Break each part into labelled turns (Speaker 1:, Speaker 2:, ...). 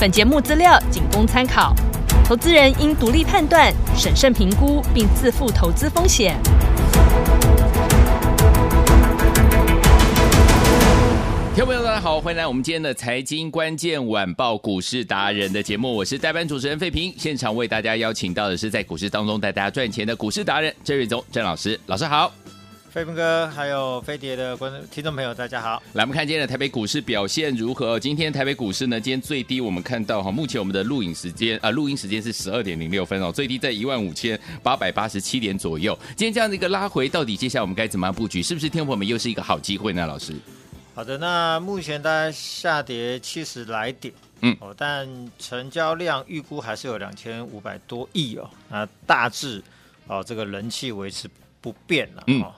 Speaker 1: 本节目资料仅供参考，投资人应独立判断、审慎评估，并自负投资风险。
Speaker 2: 听众朋友，大家好，欢迎来我们今天的财经关键晚报股市达人的节目，我是代班主持人费平，现场为大家邀请到的是在股市当中带大家赚钱的股市达人郑瑞宗郑老师，老师好。
Speaker 3: 飞鹏哥，还有飞碟的观众听众朋友，大家好。
Speaker 2: 来，我们看今天的台北股市表现如何？今天台北股市呢，今天最低我们看到哈，目前我们的录影时间啊，录音时间是十二点零六分哦，最低在一万五千八百八十七点左右。今天这样的一个拉回，到底接下来我们该怎么样布局？是不是天友们又是一个好机会呢？老师，
Speaker 3: 好的，那目前大概下跌七十来点，
Speaker 2: 嗯
Speaker 3: 哦，但成交量预估还是有两千五百多亿哦，那大致哦这个人气维持不变了，
Speaker 2: 嗯
Speaker 3: 哦。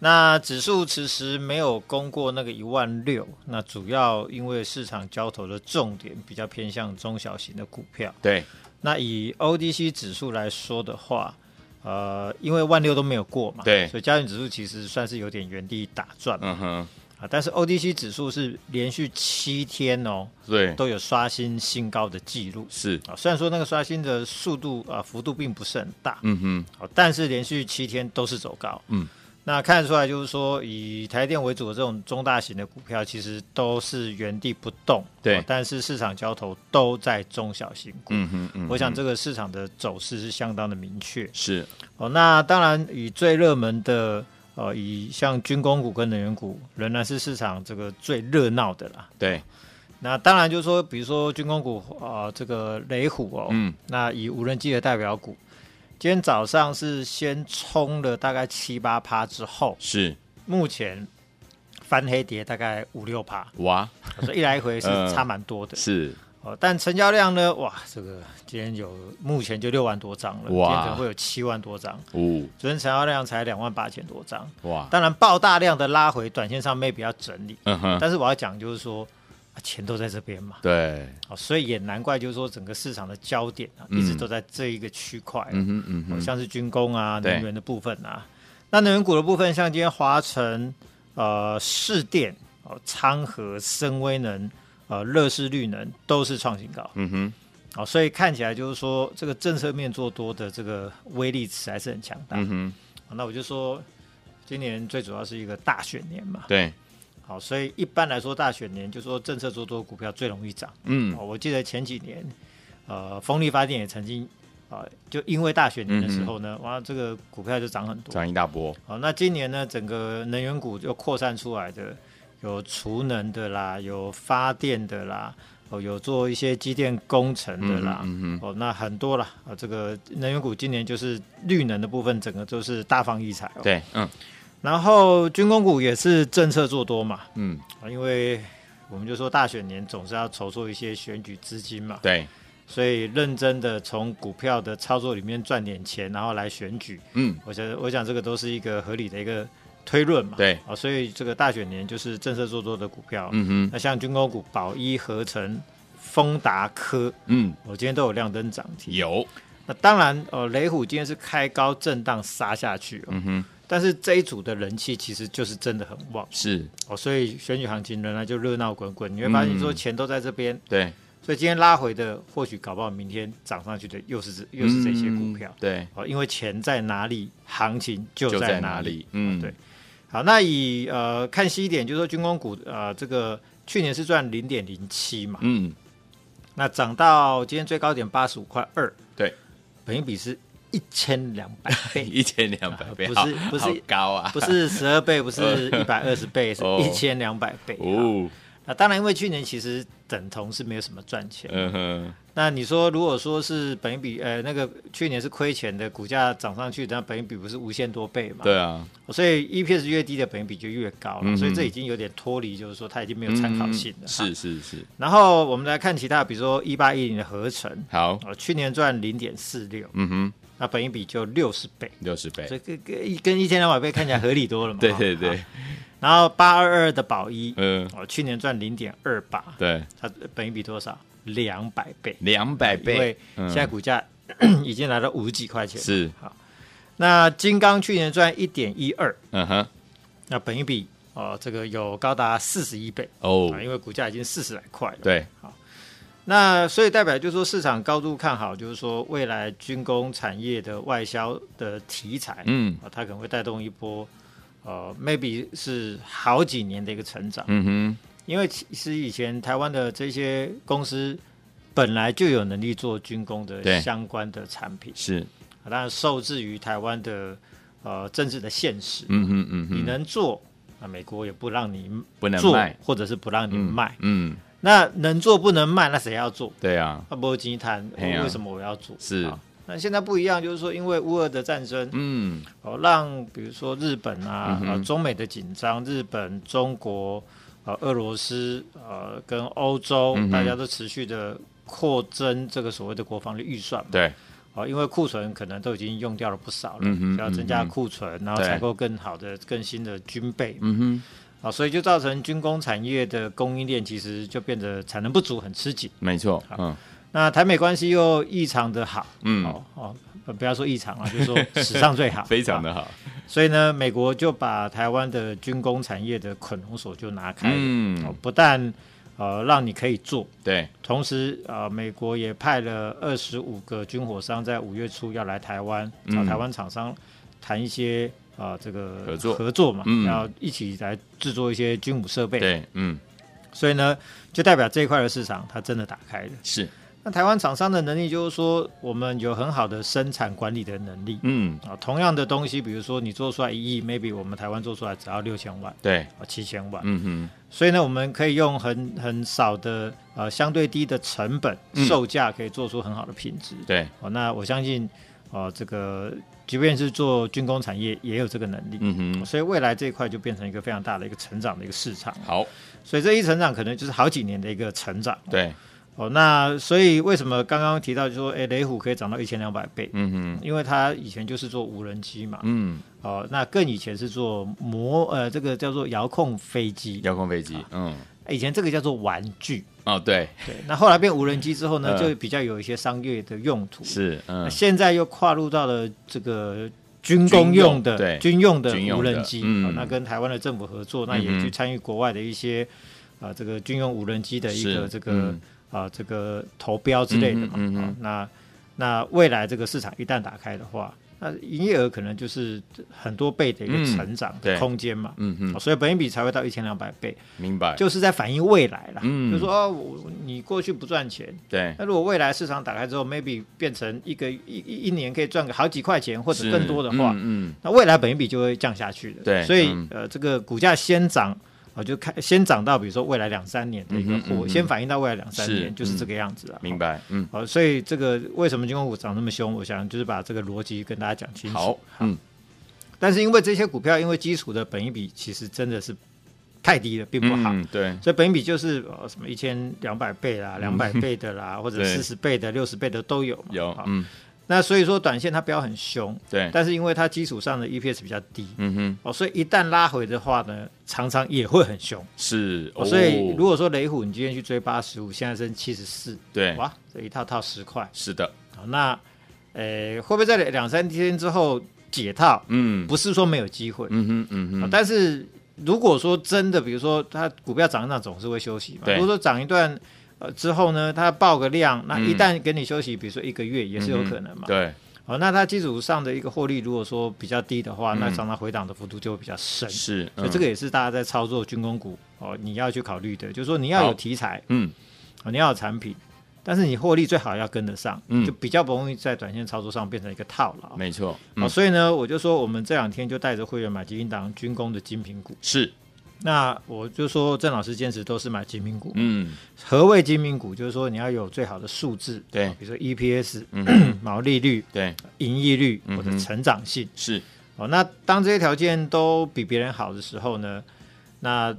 Speaker 3: 那指数迟迟没有攻过那个一万六，那主要因为市场交投的重点比较偏向中小型的股票。
Speaker 2: 对，
Speaker 3: 那以 ODC 指数来说的话，呃，因为万六都没有过嘛，
Speaker 2: 对
Speaker 3: 所以加权指数其实算是有点原地打转嘛、
Speaker 2: 嗯哼，
Speaker 3: 啊。但是 ODC 指数是连续七天哦
Speaker 2: 对，
Speaker 3: 都有刷新新高的记录
Speaker 2: 是，
Speaker 3: 啊，虽然说那个刷新的速度啊幅度并不是很大，
Speaker 2: 嗯哼，
Speaker 3: 好、但是连续七天都是走高，
Speaker 2: 嗯。
Speaker 3: 那看得出来，就是说以台电为主的这种中大型的股票，其实都是原地不动，
Speaker 2: 对
Speaker 3: 啊但是市场交投都在中小型股，
Speaker 2: 嗯哼，嗯哼，
Speaker 3: 我想这个市场的走势是相当的明确
Speaker 2: 是，
Speaker 3: 哦。那当然，以最热门的呃，以像军工股跟能源股，仍然是市场这个最热闹的啦。
Speaker 2: 对，
Speaker 3: 那当然就是说，比如说军工股啊、呃这个雷虎哦，
Speaker 2: 嗯，
Speaker 3: 那以无人机的代表股，今天早上是先冲了大概七八趴之后，
Speaker 2: 是，
Speaker 3: 目前翻黑跌大概五六趴，
Speaker 2: 哇，
Speaker 3: 所以一来一回是
Speaker 2: 嗯
Speaker 3: 差蛮多的。
Speaker 2: 是，
Speaker 3: 哦，但成交量呢？哇，这个今天有目前就六万多张了，今
Speaker 2: 哇
Speaker 3: 天可能会有七万多张。
Speaker 2: 五，
Speaker 3: 昨天成交量才两万八千多张，
Speaker 2: 哇，
Speaker 3: 当然爆大量的拉回，短线上 maybe 要整理，
Speaker 2: 嗯哼，
Speaker 3: 但是我要讲就是说，啊钱都在这边嘛，
Speaker 2: 对，
Speaker 3: 哦，所以也难怪就是说整个市场的焦点啊，
Speaker 2: 嗯
Speaker 3: 一直都在这一个区块、啊，
Speaker 2: 嗯哼，嗯
Speaker 3: 哦
Speaker 2: 哼，
Speaker 3: 像是军工啊、
Speaker 2: 对
Speaker 3: 能源的部分啊，那能源股的部分，像今天华晨、呃、市电、哦、昌河、深威能、呃、乐视绿能都是创新高。
Speaker 2: 嗯哼，
Speaker 3: 哦，所以看起来就是说，这个政策面做多的这个威力实在是很强大。哦
Speaker 2: 嗯哼，
Speaker 3: 那我就说，今年最主要是一个大选年嘛。
Speaker 2: 对，
Speaker 3: 好，所以一般来说，大选年就说政策做多股票最容易涨。
Speaker 2: 嗯，
Speaker 3: 哦，我记得前几年，呃，风力发电也曾经啊、呃就因为大选年的时候
Speaker 2: 嗯
Speaker 3: 呢，哇，这个股票就涨很多。
Speaker 2: 涨一大波，
Speaker 3: 好，那今年呢，整个能源股就扩散出来的，有储能的啦，有发电的啦，哦，有做一些机电工程的啦，
Speaker 2: 嗯哼，
Speaker 3: 哦，那很多啦，啊，这个能源股今年就是绿能的部分，整个都是大放异彩、哦。，
Speaker 2: 对，嗯
Speaker 3: 然后军工股也是政策做多嘛，
Speaker 2: 嗯，
Speaker 3: 啊，因为我们就说大选年总是要筹措一些选举资金嘛，
Speaker 2: 对，
Speaker 3: 所以认真的从股票的操作里面赚点钱，然后来选举，
Speaker 2: 嗯，
Speaker 3: 我觉得我想这个都是一个合理的一个推论嘛，
Speaker 2: 对，
Speaker 3: 啊，所以这个大选年就是政策做多的股票，
Speaker 2: 嗯哼，
Speaker 3: 那像军工股宝一、合成、丰达科，
Speaker 2: 嗯，
Speaker 3: 我今天都有亮灯涨停。
Speaker 2: 有，
Speaker 3: 那当然，呃，雷虎今天是开高震荡杀下去、哦，
Speaker 2: 嗯哼，
Speaker 3: 但是这一组的人气其实就是真的很旺
Speaker 2: 是，
Speaker 3: 哦，所以选举行情仍然就热闹滚滚。你会发现说
Speaker 2: 嗯
Speaker 3: 钱都在这边，
Speaker 2: 对，
Speaker 3: 所以今天拉回的，或许搞不好明天涨上去的又是这又是这些股票、
Speaker 2: 嗯对，
Speaker 3: 哦，因为钱在哪里，行情就
Speaker 2: 就
Speaker 3: 在
Speaker 2: 在
Speaker 3: 哪
Speaker 2: 哪
Speaker 3: 里。哦
Speaker 2: 里？嗯，
Speaker 3: 对好，那以呃看细一点，就是说军工股呃这个去年是赚零点零七嘛，
Speaker 2: 嗯，
Speaker 3: 那涨到今天最高点八十五块二，
Speaker 2: 对，
Speaker 3: 本益比是一千两百倍，
Speaker 2: 一千两百倍，
Speaker 3: 不
Speaker 2: 好
Speaker 3: 是不是
Speaker 2: 好高啊，
Speaker 3: 不是十二倍，不是一百二十倍，是
Speaker 2: 哦
Speaker 3: 一千两百 倍。
Speaker 2: 哦，
Speaker 3: 啊，当然因为去年其实等同是没有什么赚钱。
Speaker 2: 嗯哼，
Speaker 3: 那你说如果说是本一比，呃，那个去年是亏钱的，股价涨上去，那本一比不是无限多倍嘛？
Speaker 2: 对啊，
Speaker 3: 所以 EPS 越低的本益比就越高了，
Speaker 2: 嗯哼
Speaker 3: 所以这已经有点脱离，就是说它已经没有参考性了。
Speaker 2: 嗯
Speaker 3: 哈
Speaker 2: 是。是是，
Speaker 3: 然后我们来看其他，比如说一八一零的合成，
Speaker 2: 好，
Speaker 3: 呃，去年赚零点四六，
Speaker 2: 嗯哼，
Speaker 3: 那本益比就六十倍，
Speaker 2: 六十倍
Speaker 3: 所，以跟跟一跟一千两百倍看起来合理多了嘛。
Speaker 2: 对
Speaker 3: 哈
Speaker 2: 对对
Speaker 3: 好，然后八二二的宝一，
Speaker 2: 嗯，
Speaker 3: 哦，去年赚零点二八，
Speaker 2: 对，
Speaker 3: 它本益比多少？两百倍，
Speaker 2: 两百
Speaker 3: 啊因为
Speaker 2: 倍，嗯
Speaker 3: 现在股价 已经来到五十几块钱。。
Speaker 2: 是，
Speaker 3: 那金刚去年赚一点一二，
Speaker 2: 嗯哼，
Speaker 3: 那本一比哦，这个有高达四十一倍
Speaker 2: 哦
Speaker 3: 啊，，因为股价已经四十来块了。，
Speaker 2: 对，
Speaker 3: 那所以代表就是说市场高度看好，就是说未来军工产业的外销的题材，
Speaker 2: 嗯
Speaker 3: 啊，它可能会带动一波，呃，maybe 是好几年的一个成长，
Speaker 2: 嗯
Speaker 3: 因为其实以前台湾的这些公司。本来就有能力做军工
Speaker 2: 对
Speaker 3: 的相关的产品
Speaker 2: 哼，，是，
Speaker 3: 啊当然受制于台湾的呃政治的现实，
Speaker 2: 嗯哼嗯
Speaker 3: 你
Speaker 2: 哼，
Speaker 3: 能做，那美国也不让你
Speaker 2: 不能
Speaker 3: 做
Speaker 2: 卖，
Speaker 3: 或者是不让你
Speaker 2: 嗯
Speaker 3: 卖。
Speaker 2: 嗯，
Speaker 3: 那能做不能卖，那谁要做？
Speaker 2: 对啊，
Speaker 3: 那波金谈
Speaker 2: 嘿啊
Speaker 3: 为什么我要做？
Speaker 2: 是
Speaker 3: 啊那现在不一样，就是说，因为乌俄的战争，
Speaker 2: 嗯，
Speaker 3: 哦，让比如说日本啊
Speaker 2: 嗯、哼
Speaker 3: 呃中美的紧张，日本、中国、呃、俄罗斯、呃，跟欧洲，
Speaker 2: 嗯哼
Speaker 3: 大家都持续的扩增这个所谓的国防的预算嘛。
Speaker 2: 对，
Speaker 3: 哦，因为库存可能都已经用掉了不少了，
Speaker 2: 嗯哼
Speaker 3: 就要增加库存，然后
Speaker 2: 对
Speaker 3: 采购更好的、更新的军备嘛。
Speaker 2: 嗯哼，
Speaker 3: 啊，所以就造成军工产业的供应链其实就变得产能不足，很吃紧。
Speaker 2: 没错，嗯
Speaker 3: 那台美关系又异常的好，
Speaker 2: 嗯，
Speaker 3: 哦哦，不不要说异常啊，就是说史上 最好，
Speaker 2: 非常
Speaker 3: 啊
Speaker 2: 的好，
Speaker 3: 所以呢，美国就把台湾的军工产业的捆龙锁就拿开了，哦
Speaker 2: 嗯，，
Speaker 3: 不但呃让你可以做，
Speaker 2: 对，
Speaker 3: 同时呃，美国也派了二十五个军火商在五月初要来台湾，找
Speaker 2: 嗯
Speaker 3: 台湾厂商谈一些。啊、这个
Speaker 2: 合作
Speaker 3: 合作嘛，
Speaker 2: 嗯
Speaker 3: 然后一起来制作一些军武设备，
Speaker 2: 对，嗯，
Speaker 3: 所以呢，就代表这一块的市场它真的打开了。
Speaker 2: 是，
Speaker 3: 那台湾厂商的能力就是说，我们有很好的生产管理的能力
Speaker 2: 嗯，
Speaker 3: 啊。同样的东西，比如说你做出来一亿，maybe 我们台湾做出来只要六千万
Speaker 2: 对，
Speaker 3: 啊七千万，
Speaker 2: 嗯
Speaker 3: 所以呢，我们可以用很很少的呃相对低的成本
Speaker 2: 嗯
Speaker 3: 售价，可以做出很好的品质
Speaker 2: 哼，。对，
Speaker 3: 哦，那我相信哦，这个即便是做军工产业也有这个能力。
Speaker 2: 嗯哼，
Speaker 3: 所以未来这一块就变成一个非常大的一个成长的一个市场，
Speaker 2: 好，
Speaker 3: 所以这一成长可能就是好几年的一个成长。
Speaker 2: 对，
Speaker 3: 哦，那所以为什么刚刚提到就说，哎，雷虎可以涨到一千两百倍？
Speaker 2: 嗯哼，
Speaker 3: 因为它以前就是做无人机嘛，
Speaker 2: 嗯，
Speaker 3: 哦，那更以前是做模呃，这个叫做遥控飞机，
Speaker 2: 遥控飞机，嗯，
Speaker 3: 以前这个叫做玩具，
Speaker 2: 哦，对，
Speaker 3: 对。那后来变无人机之后呢，
Speaker 2: 嗯
Speaker 3: 就比较有一些商业的用途。
Speaker 2: 是，
Speaker 3: 那
Speaker 2: 嗯，
Speaker 3: 现在又跨入到了这个军工用的
Speaker 2: 军
Speaker 3: 军用的
Speaker 2: 军用
Speaker 3: 无
Speaker 2: 的
Speaker 3: 人机、
Speaker 2: 嗯
Speaker 3: 哦那跟台湾的政府合作，那也
Speaker 2: 嗯哼
Speaker 3: 去参与国外的一些啊、这个军用无人机的一个
Speaker 2: 是
Speaker 3: 这个
Speaker 2: 嗯
Speaker 3: 啊、这个投标之类的嘛。
Speaker 2: 嗯哼嗯哼
Speaker 3: 哦那那未来这个市场一旦打开的话，那营业额可能就是很多倍的一个
Speaker 2: 嗯
Speaker 3: 成长
Speaker 2: 对
Speaker 3: 的空间嘛。
Speaker 2: 嗯
Speaker 3: 哦
Speaker 2: 哼，
Speaker 3: 所以本益比才会到一千两百倍，
Speaker 2: 明白，
Speaker 3: 就是在反映未来啦。
Speaker 2: 嗯
Speaker 3: 就说哦，我你过去不赚钱，
Speaker 2: 对，
Speaker 3: 那如果未来市场打开之后，maybe 变成一个一一一年可以赚个好几块钱或者
Speaker 2: 是
Speaker 3: 更多的话，
Speaker 2: 嗯，嗯
Speaker 3: 那未来本益比就会降下去的。
Speaker 2: 对
Speaker 3: 所以、
Speaker 2: 嗯
Speaker 3: 呃，这个股价先涨。我就看先涨到，比如说未来两三年的一个
Speaker 2: 嗯哼嗯
Speaker 3: 货，
Speaker 2: 哼
Speaker 3: 先反映到未来两三
Speaker 2: 是
Speaker 3: 年，就是这
Speaker 2: 嗯
Speaker 3: 个样子啊。
Speaker 2: 明白，嗯，
Speaker 3: 好，所以这个为什么金融股涨那么凶？我想就是把这个逻辑跟大家讲清楚。
Speaker 2: 好，嗯，
Speaker 3: 但是因为这些股票，因为基础的本益比其实真的是太低了，并不好。
Speaker 2: 嗯，对，
Speaker 3: 所以本益比就是呃什么一千两百倍啦、两百倍的啦， 或者
Speaker 2: 嗯对
Speaker 3: 四十倍的、六十倍的都有嘛。
Speaker 2: 有
Speaker 3: 好，
Speaker 2: 嗯，
Speaker 3: 那所以说短线它标很凶，
Speaker 2: 对，
Speaker 3: 但是因为它基础上的 EPS 比较低，
Speaker 2: 嗯哼，
Speaker 3: 哦，所以一旦拉回的话呢，常常也会很凶。
Speaker 2: 是，
Speaker 3: 哦、所以如果说雷虎你今天去追八十五，现在升七十四，
Speaker 2: 对，
Speaker 3: 哇，这一套套十块，
Speaker 2: 是的，
Speaker 3: 好那呃会不会在两三天之后解套？
Speaker 2: 嗯，
Speaker 3: 不是说没有机会，
Speaker 2: 嗯哼，嗯
Speaker 3: 啊
Speaker 2: 哼，
Speaker 3: 但是如果说真的，比如说它股票涨一涨总是会休息嘛，
Speaker 2: 对
Speaker 3: 如果说涨一段呃之后呢，它爆个量，那
Speaker 2: 嗯
Speaker 3: 一旦给你休息，比如说一个月也是有可能嘛。
Speaker 2: 对，
Speaker 3: 好、那它基础上的一个获利如果说比较低的话，
Speaker 2: 嗯
Speaker 3: 那常常回档的幅度就会比较深。
Speaker 2: 是，
Speaker 3: 嗯
Speaker 2: 嗯
Speaker 3: 所以这个也是大家在操作军工股哦，你要去考虑的，就是说你要
Speaker 2: 好
Speaker 3: 有题材，
Speaker 2: 嗯，
Speaker 3: 哦、你要有产品，但是你获利最好要跟得上，
Speaker 2: 嗯
Speaker 3: 就比较不容易在短线操作上变成一个套牢。哦
Speaker 2: 没错，
Speaker 3: 好、
Speaker 2: 嗯，
Speaker 3: 所以呢，我就说我们这两天就带着会员买进一档军工的精品股。
Speaker 2: 是，
Speaker 3: 那我就说郑老师坚持都是买精品股。
Speaker 2: 嗯，
Speaker 3: 何谓精品股？就是说你要有最好的数字，
Speaker 2: 对
Speaker 3: 啊比如说 EPS、
Speaker 2: 嗯
Speaker 3: 毛利率、
Speaker 2: 对，
Speaker 3: 盈利率
Speaker 2: 嗯
Speaker 3: 或
Speaker 2: 哼
Speaker 3: 者成长性。
Speaker 2: 是，
Speaker 3: 哦，那当这些条件都比别人好的时候呢，那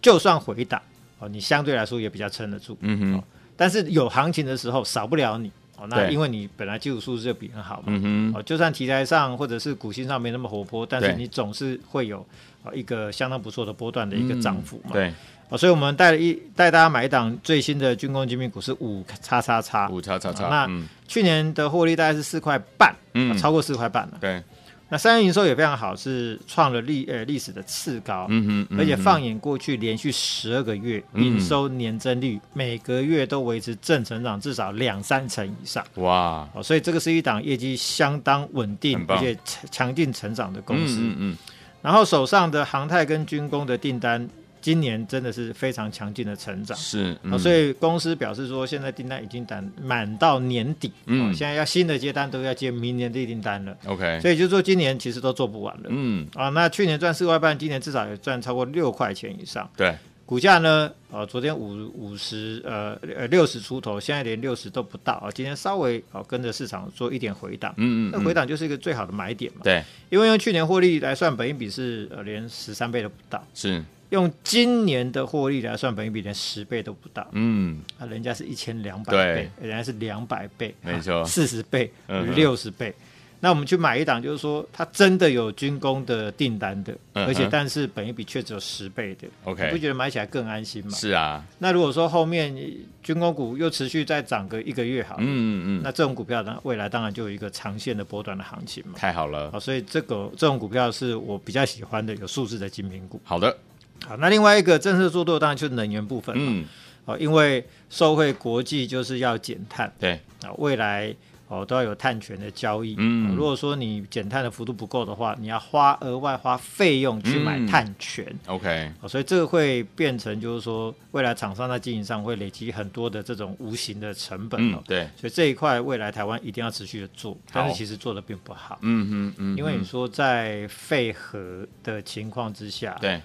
Speaker 3: 就算回档哦，你相对来说也比较撑得住。
Speaker 2: 嗯哼
Speaker 3: 哦，但是有行情的时候，少不了你哦。那
Speaker 2: 对
Speaker 3: 因为你本来基础数字就比人好嘛，
Speaker 2: 嗯哼，
Speaker 3: 哦，就算题材上或者是股性上没那么活泼，但是
Speaker 2: 对
Speaker 3: 你总是会有呃一个相当不错的波段的一
Speaker 2: 嗯
Speaker 3: 个涨幅嘛。
Speaker 2: 对，
Speaker 3: 哦，所以我们带了一带大家买一档最新的军工精密股是五叉叉叉，
Speaker 2: 五叉叉叉，
Speaker 3: 那
Speaker 2: 嗯
Speaker 3: 去年的获利大概是四块半，
Speaker 2: 嗯
Speaker 3: 啊超过四块半了。
Speaker 2: 对，
Speaker 3: 那三月营收也非常好，是创了历呃历史的次高。
Speaker 2: 嗯哼，嗯哼
Speaker 3: 而且放眼过去，连续十二个月
Speaker 2: 嗯
Speaker 3: 营收年增率每个月都维持正成长，至少两三成以上。
Speaker 2: 哇，
Speaker 3: 哦，所以这个是一档业绩相当稳定
Speaker 2: 很棒
Speaker 3: 而且强强劲成长的公司。
Speaker 2: 嗯嗯
Speaker 3: 然后手上的航太跟军工的订单，今年真的是非常强劲的成
Speaker 2: 嗯，
Speaker 3: 长。
Speaker 2: 是，
Speaker 3: 哦、所以公司表示说，现在订单已经满满到年底，
Speaker 2: 嗯
Speaker 3: 哦，现在要新的接单都要接明年的订单了，
Speaker 2: OK，
Speaker 3: 所以就是说今年其实都做不完了。
Speaker 2: 嗯，
Speaker 3: 啊，那去年赚四块半，今年至少也赚超过六块钱以上。
Speaker 2: 对，
Speaker 3: 股价呢？呃，昨天五五十，呃呃六十出头，现在连六十都不到啊。今天稍微哦跟着市场做一点回档，
Speaker 2: 嗯嗯
Speaker 3: 那
Speaker 2: 嗯，
Speaker 3: 回档就是一个最好的买点嘛。
Speaker 2: 对，
Speaker 3: 因为用去年获利来算，本益比是呃连十三倍都不到；
Speaker 2: 是，
Speaker 3: 用今年的获利来算，本益比连十倍都不到。
Speaker 2: 嗯，
Speaker 3: 啊，人家是一千两百
Speaker 2: 对
Speaker 3: 倍，人家是两百倍，啊
Speaker 2: 没错
Speaker 3: 四十倍
Speaker 2: 嗯哼、
Speaker 3: 六十倍。那我们去买一档，就是说它真的有军工的订单的，
Speaker 2: 嗯哼
Speaker 3: 而且但是本益比却只有十倍的
Speaker 2: OK
Speaker 3: 你不觉得买起来更安心吗？
Speaker 2: 是啊，
Speaker 3: 那如果说后面呃军工股又持续再涨个一个月好了，
Speaker 2: 嗯嗯嗯，
Speaker 3: 那这种股票呢，未来当然就有一个长线的波段的行情嘛。
Speaker 2: 太好了，
Speaker 3: 好，所以这个这种股票是我比较喜欢的，有素质的精品股。
Speaker 2: 好的，
Speaker 3: 好，那另外一个正式做多当然就是能源部分嘛。
Speaker 2: 嗯，
Speaker 3: 哦，因为受惠国际就是要减碳
Speaker 2: 对，
Speaker 3: 啊，未来哦都要有碳权的交易。
Speaker 2: 嗯
Speaker 3: 哦如果说你减碳的幅度不够的话，你要花额外花费用去买
Speaker 2: 嗯
Speaker 3: 碳权。
Speaker 2: OK，
Speaker 3: 哦，所以这个会变成就是说，未来厂商在经营上会累积很多的这种无形的成本哦
Speaker 2: 嗯，。对，
Speaker 3: 所以这一块未来台湾一定要持续的做，但是其实做的并不好，
Speaker 2: 嗯嗯嗯，
Speaker 3: 因为你
Speaker 2: 嗯
Speaker 3: 说在废核的情况之下，
Speaker 2: 对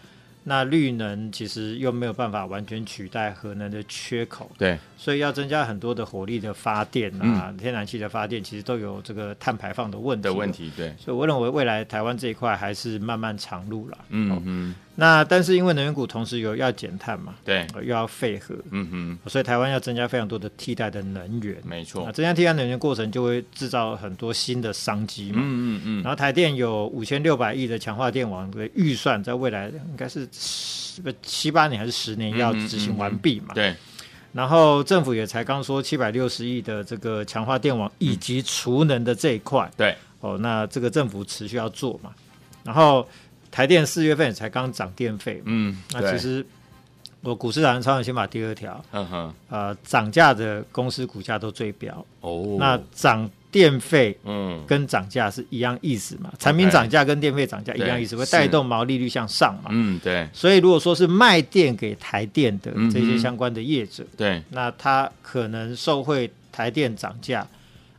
Speaker 3: 那绿能其实又没有办法完全取代核能的缺口，
Speaker 2: 对，
Speaker 3: 所以要增加很多的火力的发电啊，天然气的发电，其实都有这个碳排放的问
Speaker 2: 嗯
Speaker 3: 题
Speaker 2: 的问。题，对，
Speaker 3: 所以我认为未来台湾这一块还是漫漫长路啦。
Speaker 2: 嗯嗯，
Speaker 3: 那但是因为能源股同时有要减碳嘛，
Speaker 2: 对，
Speaker 3: 呃又要废核，
Speaker 2: 嗯哼，
Speaker 3: 所以台湾要增加非常多的替代的能源。
Speaker 2: 没
Speaker 3: 那
Speaker 2: 错，
Speaker 3: 增加替代能源过程就会制造很多新的商机嘛。
Speaker 2: 嗯嗯嗯，
Speaker 3: 然后台电有五千六百亿的强化电网的预算，在未来应该是十不七八年还是十
Speaker 2: 嗯
Speaker 3: 年要执行完毕嘛。
Speaker 2: 对，
Speaker 3: 然后政府也才刚说七百六十亿的这个强化电网
Speaker 2: 嗯
Speaker 3: 以及储能的这一块，
Speaker 2: 对，
Speaker 3: 哦，那这个政府持续要做嘛。然后台电四月份也才刚涨电费嘛，
Speaker 2: 嗯，
Speaker 3: 那其
Speaker 2: 对，
Speaker 3: 实我股市达人超人先把第二条，
Speaker 2: 嗯哼，
Speaker 3: 呃，涨价的公司股价都最标，
Speaker 2: 哦
Speaker 3: 那涨电费。
Speaker 2: 嗯，
Speaker 3: 跟涨价是一样意思嘛？产品涨价跟电费涨价一样意思，
Speaker 2: 对
Speaker 3: 会
Speaker 2: 是
Speaker 3: 带动毛利率向上嘛？
Speaker 2: 嗯，对
Speaker 3: 所以如果说是卖电给台电的
Speaker 2: 嗯哼
Speaker 3: 这些相关的业者，
Speaker 2: 对，
Speaker 3: 那他可能受惠台电涨价，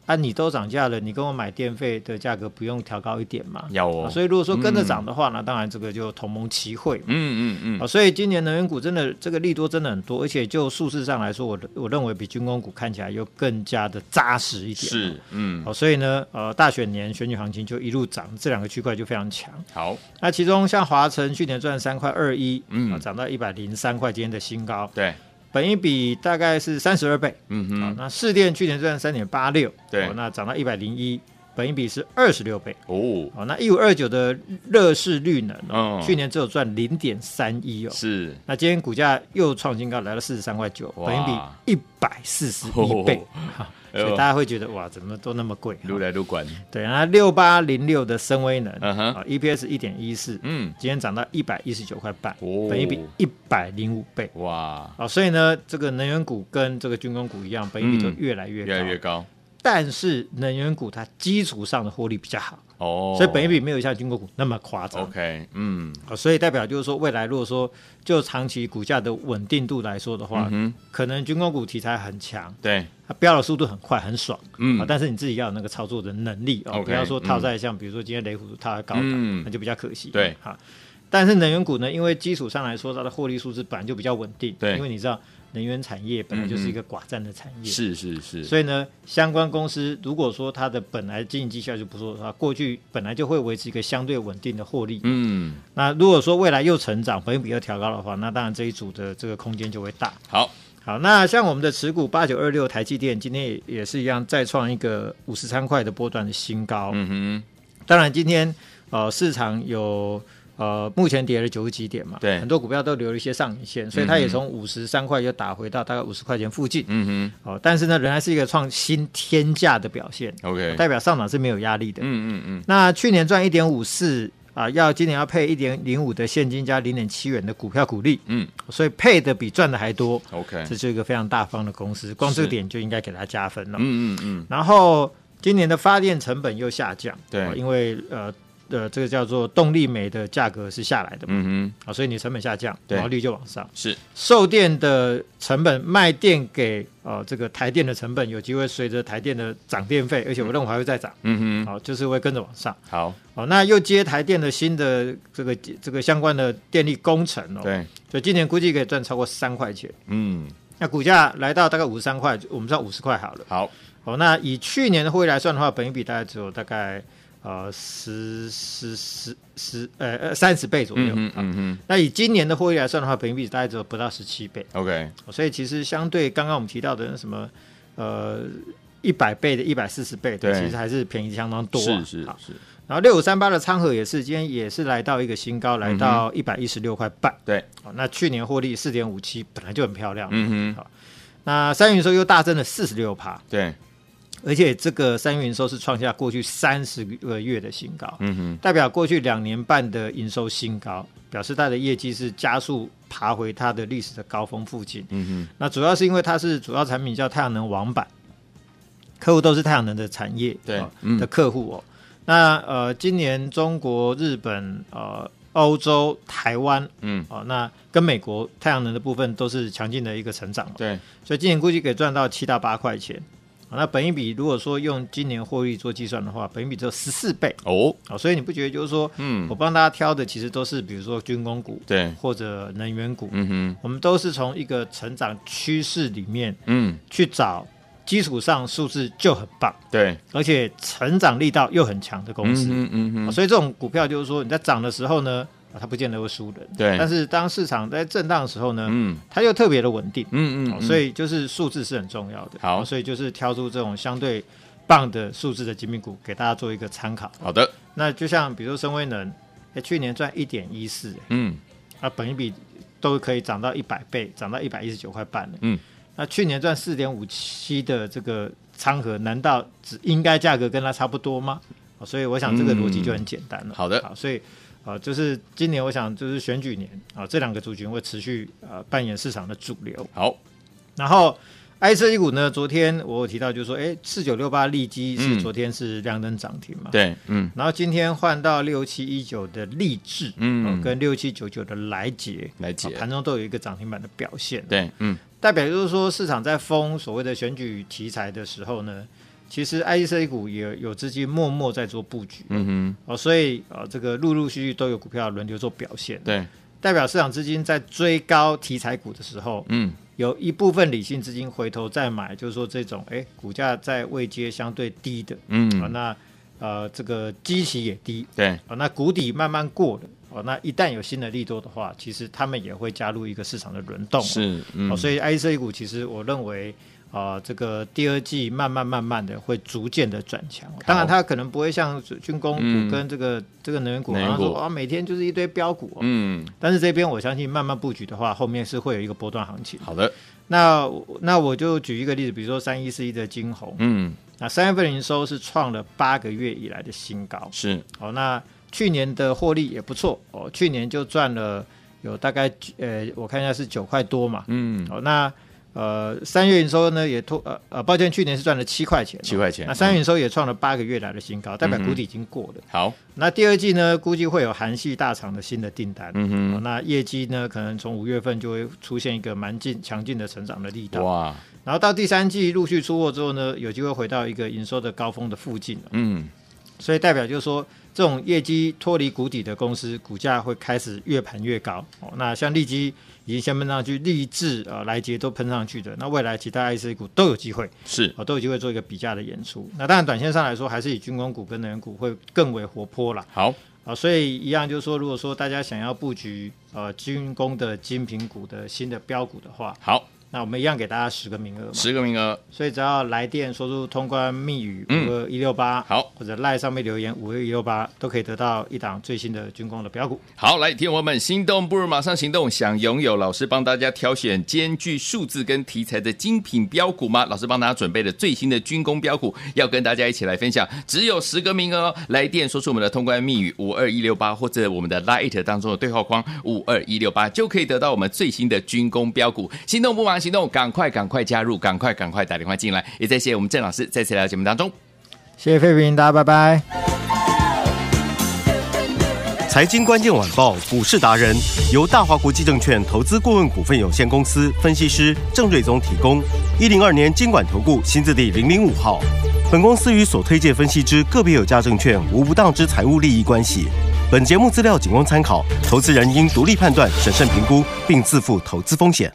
Speaker 3: 啊，你都涨价了，你跟我买电费的价格不用调高一点嘛？
Speaker 2: 要哦
Speaker 3: 啊，所以如果说跟着涨的话，那当然这个就同盟齐会嘛。
Speaker 2: 嗯嗯
Speaker 3: 啊，
Speaker 2: 嗯，
Speaker 3: 所以今年能源股真的这个利多真的很多，而且就数字上来说，我我认为比军工股看起来又更加的扎实一点。
Speaker 2: 是，嗯，
Speaker 3: 哦，所以呢，呃，大选年选举行情就一路涨，这两个区块就非常强。
Speaker 2: 好，
Speaker 3: 那其中像华晨去年赚三块二一，
Speaker 2: 嗯
Speaker 3: 啊涨到一百零三块，今天的新高，
Speaker 2: 对，
Speaker 3: 本一比大概是三十二倍。
Speaker 2: 嗯
Speaker 3: 啊
Speaker 2: 哼，
Speaker 3: 那市电去年赚三点八六，
Speaker 2: 对
Speaker 3: 哦那涨到一百零一，本一比是二十六倍。
Speaker 2: 哦，
Speaker 3: 哦，那一五二九的乐视绿能，
Speaker 2: 嗯
Speaker 3: 哦，去年只有赚零点三一哦。
Speaker 2: 是，
Speaker 3: 那今天股价又创新高，来到四十三块九，
Speaker 2: 哇
Speaker 3: 本一比一百四十一 倍、哈
Speaker 2: 哎
Speaker 3: 所
Speaker 2: 呦
Speaker 3: 以大家会觉得哇，怎么都那么贵？哈
Speaker 2: 撸来撸管，
Speaker 3: 对，然后六八零六的深威能，
Speaker 2: 嗯哼
Speaker 3: 啊，EPS 一点一四，
Speaker 2: 嗯，
Speaker 3: 今天涨到一百一十九块半，
Speaker 2: 哦
Speaker 3: 本益比一百零五倍。
Speaker 2: 哇，
Speaker 3: 啊，所以呢，这个能源股跟这个军工股一样，本益比都
Speaker 2: 嗯
Speaker 3: 越来越高，
Speaker 2: 越来越高，
Speaker 3: 但是能源股它基础上的获利比较好，
Speaker 2: 哦，
Speaker 3: 所以本益比没有像军工股那么夸张。
Speaker 2: OK，嗯，
Speaker 3: 啊，所以代表就是说，未来如果说就长期股价的稳定度来说的话，
Speaker 2: 嗯哼，
Speaker 3: 可能军工股题材很强，
Speaker 2: 对，
Speaker 3: 它飙的速度很快很爽，
Speaker 2: 嗯
Speaker 3: 啊，但是你自己要有那个操作的能力哦，
Speaker 2: OK，
Speaker 3: 不要说套在像比如说今天雷虎套在高档，
Speaker 2: 嗯
Speaker 3: 那就比较可惜，
Speaker 2: 对
Speaker 3: 哈。但是能源股呢，因为基础上来说，它的获利数字本来就比较稳定，
Speaker 2: 对
Speaker 3: 因为你知道能源产业本来就是一个寡占的产业，
Speaker 2: 是是是，
Speaker 3: 所以呢，相关公司如果说它的本来经营绩效就不错的话，过去本来就会维持一个相对稳定的获利，
Speaker 2: 嗯，
Speaker 3: 那如果说未来又成长，本益比又调高的话，那当然这一组的这个空间就会大。
Speaker 2: 好，
Speaker 3: 好，那像我们的持股八九二六台积电，今天也也是一样再创一个五十三块的波段的新高。
Speaker 2: 嗯哼，
Speaker 3: 当然今天呃市场有呃目前跌了九十几点嘛，
Speaker 2: 对
Speaker 3: 很多股票都留了一些上影线，所以它也从五十三块又打回到大概五十块钱附近。
Speaker 2: 嗯
Speaker 3: 哦，但是呢，仍然是一个创新天价的表现，
Speaker 2: 哼，OK，
Speaker 3: 代表上涨是没有压力的。
Speaker 2: 嗯嗯嗯，
Speaker 3: 那去年赚一点五四啊，要今年要配一点零五的现金加零点七元的股票股利，
Speaker 2: 嗯，
Speaker 3: 所以配的比赚的还多，
Speaker 2: ，OK，
Speaker 3: 这是一个非常大方的公司，光这
Speaker 2: 是
Speaker 3: 点就应该给它加分了。
Speaker 2: 嗯嗯嗯，
Speaker 3: 然后今年的发电成本又下降，
Speaker 2: 对
Speaker 3: 哦因为呃呃这个叫做动力煤的价格是下来的嘛，
Speaker 2: 嗯哼，
Speaker 3: 啊、所以你成本下降，
Speaker 2: 对
Speaker 3: 毛利就往上。
Speaker 2: 是，
Speaker 3: 售电的成本卖电给呃这个台电的成本有机会随着台电的涨电费，而且我认为还会再涨，
Speaker 2: 嗯哼，
Speaker 3: 好、就是会跟着往上。
Speaker 2: 好，
Speaker 3: 哦，那又接台电的新的这个这个相关的电力工程哦，，
Speaker 2: 对，
Speaker 3: 所以今年估计可以赚超过三块钱。
Speaker 2: 嗯，
Speaker 3: 那股价来到大概五十三块，我们算五十块好了。
Speaker 2: 好，
Speaker 3: 哦，那以去年的获利来算的话，本益比大概只有大概呃十十十十呃呃三十倍左右。
Speaker 2: 嗯嗯
Speaker 3: 啊
Speaker 2: 嗯
Speaker 3: 那以今年的获利来算的话，本益比大概只有不到十七倍、
Speaker 2: 哼，OK，
Speaker 3: 哦所以其实相对刚刚我们提到的那什么呃一百倍的、一百四十倍的，
Speaker 2: 对
Speaker 3: 其实还是便宜相当多、啊。
Speaker 2: 是是
Speaker 3: 好
Speaker 2: 是，
Speaker 3: 然后六五三八的昌河也是，今天也是来到一个新高，来到一百一十六块半。
Speaker 2: 嗯对，
Speaker 3: 哦，那去年获利四点五七，本来就很漂亮。
Speaker 2: 嗯哼，
Speaker 3: 那三云收又大增了四十六趴，
Speaker 2: 对，
Speaker 3: 而且这个三云收是创下过去三十个月的新高，
Speaker 2: 嗯哼，
Speaker 3: 代表过去两年半的营收新高，表示它的业绩是加速爬回它的历史的高峰附近。
Speaker 2: 嗯
Speaker 3: 那主要是因为它是主要产品叫太阳能网板，客户都是太阳能的产业
Speaker 2: 对
Speaker 3: 哦
Speaker 2: 嗯
Speaker 3: 的客户哦。那呃，今年中国、日本、呃、欧洲、台湾
Speaker 2: 哼，嗯，
Speaker 3: 哦，那跟美国太阳能的部分都是强劲的一个成长、哦，
Speaker 2: 对，
Speaker 3: 所以今年估计可以赚到七到八块钱。哦那本一比如果说用今年获利做计算的话，本一比只有十四倍
Speaker 2: 哦，
Speaker 3: 哦，所以你不觉得就是说，
Speaker 2: 嗯
Speaker 3: 我，帮大家挑的其实都是比如说军工股
Speaker 2: 对，
Speaker 3: 或者能源股，
Speaker 2: 嗯哼，
Speaker 3: 我们都是从一个成长趋势里面
Speaker 2: 嗯，
Speaker 3: 去找基础上数字就很棒，
Speaker 2: 对，
Speaker 3: 而且成长力道又很强的公司。
Speaker 2: 嗯嗯
Speaker 3: 啊
Speaker 2: 哼，
Speaker 3: 所以这种股票就是说你在涨的时候呢，啊它不见得会输人。
Speaker 2: 对
Speaker 3: 但是当市场在震荡的时候呢，
Speaker 2: 嗯
Speaker 3: 它又特别的稳定。
Speaker 2: 嗯
Speaker 3: 哦
Speaker 2: 嗯，
Speaker 3: 所
Speaker 2: 以
Speaker 3: 以就是数字是很重要的。
Speaker 2: 好
Speaker 3: 啊所以就是挑出这种相对棒的数字的精品股给大家做一个参考。
Speaker 2: 好的，
Speaker 3: 那就像比如说深威能，哎，去年赚一点一四，
Speaker 2: 嗯，
Speaker 3: 啊，本一比都可以涨到一百倍，涨到一百一十九块半了。
Speaker 2: 嗯，
Speaker 3: 那去年赚四点五七的这个仓和，难道只应该价格跟它差不多吗？哦所以我想这个逻辑就很简单
Speaker 2: 嗯
Speaker 3: 了。
Speaker 2: 好的
Speaker 3: 好，所以。啊、就是今年，我想就是选举年啊、这两个族群会持续呃扮演市场的主流。
Speaker 2: 好，
Speaker 3: 然后 I 设计股呢，昨天我有提到，就是说，哎，四九六八利基
Speaker 2: 嗯
Speaker 3: 是昨天是亮灯涨停嘛？。
Speaker 2: 对，嗯
Speaker 3: 然后今天换到六七一九的立志，
Speaker 2: 嗯
Speaker 3: 哦跟六七九九的来杰，
Speaker 2: 来解
Speaker 3: 哦盘中都有一个涨停板的表现。，
Speaker 2: 对，嗯，
Speaker 3: 代表就是说，市场在封所谓的选举题材的时候呢，其实 I 设计股也有资金默默在做布局。
Speaker 2: 嗯
Speaker 3: 哦，所以呃，这个陆陆续续都有股票轮流做表现
Speaker 2: 哼，，对，
Speaker 3: 代表市场资金在追高题材股的时候，
Speaker 2: 嗯，
Speaker 3: 有一部分理性资金回头再买，就是说这种哎股价在位阶相对低的，啊、
Speaker 2: 嗯，
Speaker 3: 那呃这个基期也低
Speaker 2: 对，
Speaker 3: 啊、那谷底慢慢过了哦、那一旦有新的利多的话，其实他们也会加入一个市场的轮动、哦，
Speaker 2: 是，
Speaker 3: 哦，
Speaker 2: 嗯，
Speaker 3: 所以 I C 股其实我认为。啊、这个第二季慢慢慢慢的会逐渐的转强，当然它可能不会像军工
Speaker 2: 嗯
Speaker 3: 股跟这个、这个能源股，
Speaker 2: 能
Speaker 3: 然
Speaker 2: 源
Speaker 3: 后说
Speaker 2: 股
Speaker 3: 啊每天就是一堆标股、哦，
Speaker 2: 嗯，
Speaker 3: 但是这边我相信慢慢布局的话，后面是会有一个波段行情。
Speaker 2: 好的，
Speaker 3: 那我那我就举一个例子，比如说三一四一的金红，
Speaker 2: 嗯，
Speaker 3: 那三月份营收是创了八个月以来的新高
Speaker 2: 是，
Speaker 3: 哦。那去年的获利也不错哦，去年就赚了有大概呃，我看一下是九块多嘛。
Speaker 2: 嗯，
Speaker 3: 哦，那呃三月营收呢也突呃呃，抱歉，去年是赚了七块钱哦、
Speaker 2: 七块钱嗯
Speaker 3: 那三月营收也创了八个月来的新高，代表谷底已经过了。
Speaker 2: 好，
Speaker 3: 那第二季呢，估计会有韩系大厂的新的订单。
Speaker 2: 嗯
Speaker 3: 哦
Speaker 2: 哼，
Speaker 3: 那业绩呢？可能从五月份就会出现一个蛮劲、强劲的成长的力道。
Speaker 2: 哇，
Speaker 3: 然后到第三季陆续出货之后呢，有机会回到一个营收的高峰的附近了
Speaker 2: 嗯，
Speaker 3: 所以代表就是说，这种业绩脱离谷底的公司，股价会开始越盘越高。哦，那像利基已经先喷上去，立志啊、呃、来杰都喷上去的，那未来其他 IC 股都有机会，
Speaker 2: 是
Speaker 3: 哦，都有机会做一个比价的演出。那当然，短线上来说，还是以军工股跟能源股会更为活泼啦。
Speaker 2: 好，
Speaker 3: 啊，所以一样就是说，如果说大家想要布局呃军工的精品股的新的标股的话，
Speaker 2: 好，
Speaker 3: 那我们一样给大家十个名额嘛。
Speaker 2: 十个名额，
Speaker 3: 所以只要来电说出通关密语
Speaker 2: 嗯
Speaker 3: 五二一六八，
Speaker 2: 好，
Speaker 3: 或者赖上面留言五二一六八，都可以得到一档最新的军工的标股。
Speaker 2: 好，来，听友们，心动不如马上行动，想拥有老师帮大家挑选兼具数字跟题材的精品标股吗？老师帮大家准备了最新的军工标股，要跟大家一起来分享，只有十个名额哦，来电说出我们的通关密语五二一六八，或者我们的 Light 当中的对话框五二一六八，就可以得到我们最新的军工标股。心动不忙行动，赶快赶快加入，赶快赶快打电话进来，也再谢谢我们郑老师再次来到节目当中。
Speaker 3: 谢谢费平，大家拜拜。
Speaker 4: 财经关键晚报股市达人由大华国际证券投资顾问股份有限公司分析师郑瑞宗提供。一零二年经管投顾新字第零零五号。本公司与所推介分析之个别有价证券无不当之财务利益关系。本节目资料仅供参考，投资人应独立判断、审慎评估，并自负投资风险。